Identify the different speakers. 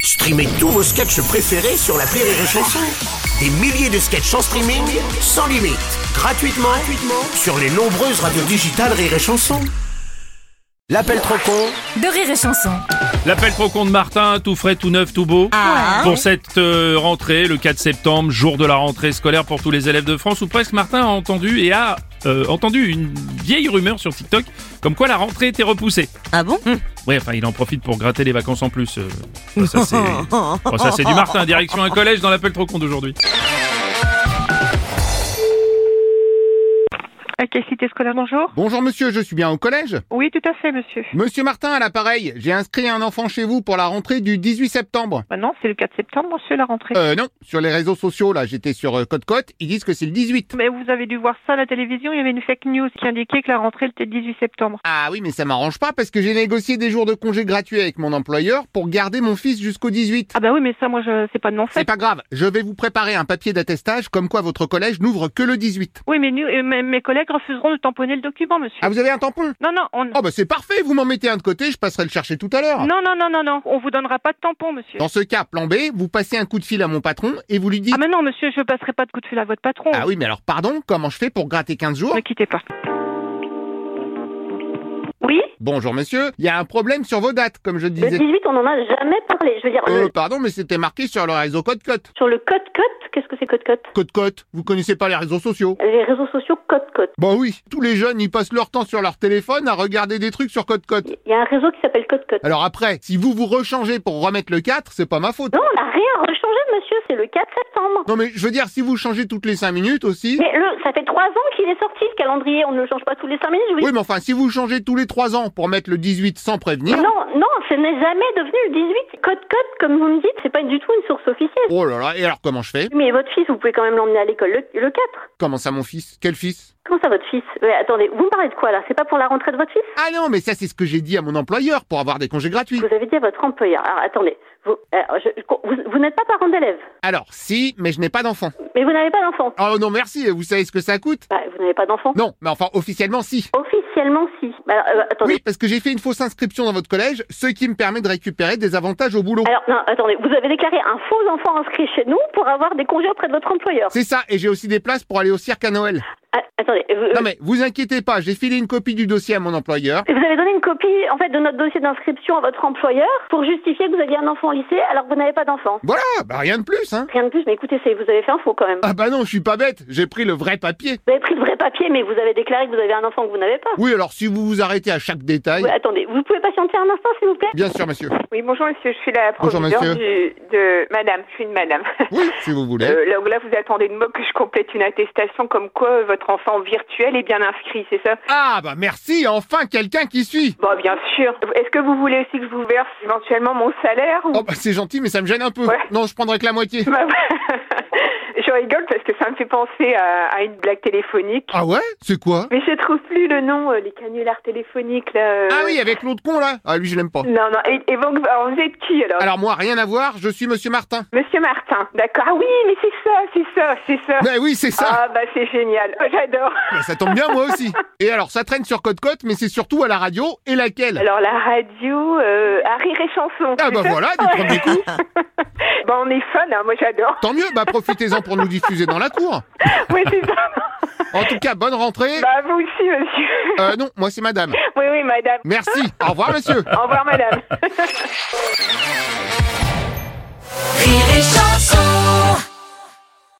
Speaker 1: Streamez tous vos sketchs préférés sur la Rire et Chanson. Des milliers de sketchs en streaming, sans limite, gratuitement, gratuitement sur les nombreuses radios digitales Rire et Chanson. L'appel trop con
Speaker 2: de rire et chanson.
Speaker 3: L'appel trop con de Martin, tout frais, tout neuf, tout beau. Pour cette euh, rentrée, le 4 septembre, jour de la rentrée scolaire pour tous les élèves de France, ou presque, Martin a entendu et a euh, entendu une vieille rumeur sur TikTok, comme quoi la rentrée était repoussée.
Speaker 4: Ah bon
Speaker 3: Oui, enfin, il en profite pour gratter les vacances en plus. euh, bah, ça, c'est bon, ça, c'est du Martin, direction un collège dans l'appel trop con d'aujourd'hui.
Speaker 5: Ok, cité scolaire, bonjour.
Speaker 6: Bonjour monsieur, je suis bien au collège.
Speaker 5: Oui, tout à fait, monsieur.
Speaker 6: Monsieur Martin à l'appareil, j'ai inscrit un enfant chez vous pour la rentrée du 18 septembre.
Speaker 5: Bah non, c'est le 4 septembre, monsieur, la rentrée.
Speaker 6: Euh non, sur les réseaux sociaux là, j'étais sur euh, Code Côte, ils disent que c'est le 18.
Speaker 5: Mais vous avez dû voir ça à la télévision, il y avait une fake news qui indiquait que la rentrée était le 18 septembre.
Speaker 6: Ah oui, mais ça m'arrange pas parce que j'ai négocié des jours de congé gratuits avec mon employeur pour garder mon fils jusqu'au 18.
Speaker 5: Ah bah oui, mais ça, moi, je... c'est pas de mon
Speaker 6: C'est
Speaker 5: fait.
Speaker 6: pas grave, je vais vous préparer un papier d'attestage comme quoi votre collège n'ouvre que le 18.
Speaker 5: Oui, mais nous, euh, mes, mes collègues refuseront de tamponner le document, monsieur.
Speaker 6: Ah vous avez un tampon
Speaker 5: Non, non, on...
Speaker 6: Oh bah c'est parfait, vous m'en mettez un de côté, je passerai le chercher tout à l'heure.
Speaker 5: Non, non, non, non, non, on vous donnera pas de tampon, monsieur.
Speaker 6: Dans ce cas, plan B, vous passez un coup de fil à mon patron et vous lui dites
Speaker 5: Ah mais non, monsieur, je passerai pas de coup de fil à votre patron.
Speaker 6: Ah oui, mais alors pardon, comment je fais pour gratter 15 jours
Speaker 5: Ne quittez pas. Oui
Speaker 6: Bonjour monsieur, il y a un problème sur vos dates, comme je
Speaker 7: Le
Speaker 6: disais.
Speaker 7: 18, on n'en a jamais parlé. Je veux dire,
Speaker 6: Euh,
Speaker 7: le-
Speaker 6: pardon, mais c'était marqué sur le réseau Code-Cote.
Speaker 7: sur le code-cote, qu'est-ce que c'est code-cote
Speaker 6: Code-Cote, vous connaissez pas les réseaux sociaux
Speaker 7: Les réseaux sociaux code-cote.
Speaker 6: Bon oui, tous les jeunes, ils passent leur temps sur leur téléphone à regarder des trucs sur Code-Cote.
Speaker 7: Il y a un réseau qui s'appelle code-cote.
Speaker 6: Alors après, si vous vous rechangez pour remettre le 4, c'est pas ma faute.
Speaker 7: Non, on n'a rien rechangé, monsieur, c'est le 4 septembre.
Speaker 6: Non mais je veux dire, si vous changez toutes les 5 minutes aussi...
Speaker 7: Mais le, ça fait trois ans qu'il est sorti, ce calendrier. On ne le change pas tous les cinq minutes, je vous dis.
Speaker 6: Oui, mais enfin, si vous changez tous les 3 ans pour mettre le 18 sans prévenir...
Speaker 7: Non, non, ce n'est jamais devenu le 18. Code-cote, comme vous me dites, c'est pas du tout une source officielle.
Speaker 6: Oh là là, et alors comment je fais
Speaker 7: Mais votre fils, vous pouvez quand même l'emmener à l'école le, le 4.
Speaker 6: Comment ça mon fils Quel fils
Speaker 7: Comment ça, votre fils Mais Attendez, vous me parlez de quoi, là C'est pas pour la rentrée de votre fils
Speaker 6: Ah non, mais ça c'est ce que j'ai dit à mon employeur pour avoir des congés gratuits.
Speaker 7: Vous avez dit à votre employeur. Alors, attendez, vous, alors, je- je- vous, vous n'êtes pas parent d'élève,
Speaker 6: Alors si, mais je n'ai pas d'enfant.
Speaker 7: mais vous n'avez pas d'enfant.
Speaker 6: Oh non merci, vous savez ce que ça coûte
Speaker 7: Bah, vous n'avez pas d'enfant
Speaker 6: Non, mais enfin officiellement si.
Speaker 7: Officiellement, si. Bah, alors, euh, attendez.
Speaker 6: Oui, parce que j'ai fait une fausse inscription dans votre collège, ce qui me permet de récupérer des avantages au boulot.
Speaker 7: Alors, non, attendez. Vous avez déclaré un faux enfant inscrit chez nous pour avoir des congés auprès de votre employeur.
Speaker 6: C'est ça, et j'ai aussi des places pour aller au cirque à Noël.
Speaker 7: Ah, attendez. Vous,
Speaker 8: Euh.
Speaker 6: Non mais vous inquiétez pas, j'ai filé une copie du dossier à mon employeur.
Speaker 7: vous avez donné une copie, en fait, de notre dossier d'inscription à votre employeur pour justifier que vous aviez un enfant au lycée alors que vous n'avez pas d'enfant.
Speaker 6: Voilà, bah rien de plus, hein.
Speaker 7: Rien de plus, mais écoutez, c'est, vous avez fait un faux quand même.
Speaker 6: Ah bah non, je suis pas bête, j'ai pris le vrai papier.
Speaker 7: Vous avez pris le vrai papier, mais vous avez déclaré que vous avez un enfant que vous n'avez pas.
Speaker 6: Oui, alors si vous vous arrêtez à chaque détail...
Speaker 7: Oui, attendez, vous pouvez patienter un instant, s'il vous plaît
Speaker 6: Bien sûr, monsieur.
Speaker 8: Oui, bonjour monsieur, je suis la
Speaker 6: Bonjour,
Speaker 8: proviseure du- de madame, je suis une madame.
Speaker 6: Oui, si vous voulez.
Speaker 8: Euh, là, là, vous attendez de moi que je complète une attestation comme quoi euh, votre enfant virtuel est bien inscrit, c'est ça
Speaker 6: Ah bah merci, enfin quelqu'un qui suit
Speaker 8: Bon, bien sûr. Est-ce que vous voulez aussi que je vous verse éventuellement mon salaire ou...
Speaker 6: Oh bah c'est gentil, mais ça me gêne un peu.
Speaker 8: Mm. Ouais.
Speaker 6: Non, je prendrai que la moitié.
Speaker 8: Bah, bah, Je rigole parce que ça me fait penser à, à une blague téléphonique.
Speaker 6: Ah ouais C'est quoi
Speaker 8: Mais je trouve plus le nom, euh, les canulars téléphoniques là. euh.
Speaker 6: Ah oui, avec l'autre con là Ah lui, je l'aime pas.
Speaker 8: Non, non, et, et donc, alors, vous êtes qui alors,
Speaker 6: Alors moi, rien à voir, je suis monsieur Martin.
Speaker 8: Monsieur Martin, d'accord. Ah oui, mais c'est ça, c'est ça, c'est ça.
Speaker 6: Bah oui, c'est ça
Speaker 8: Ah bah c'est génial, j'adore.
Speaker 6: Bah, ça tombe bien, moi aussi. Et alors, ça traîne sur Code Côte, mais c'est surtout à la radio. Et laquelle
Speaker 8: Alors la radio, euh, à rire et chanson.
Speaker 6: Ah
Speaker 8: c'est
Speaker 6: bah
Speaker 8: ça
Speaker 6: voilà, du premier coup.
Speaker 8: Bah on est fun, hein, moi j'adore.
Speaker 6: Tant mieux, bah profitez-en pour nous diffuser dans la cour.
Speaker 8: Oui c'est ça.
Speaker 6: En tout cas, bonne rentrée.
Speaker 8: bah vous aussi monsieur.
Speaker 6: Euh, non, moi c'est madame.
Speaker 8: Oui oui madame.
Speaker 6: Merci. Au revoir, monsieur.
Speaker 8: Au revoir madame.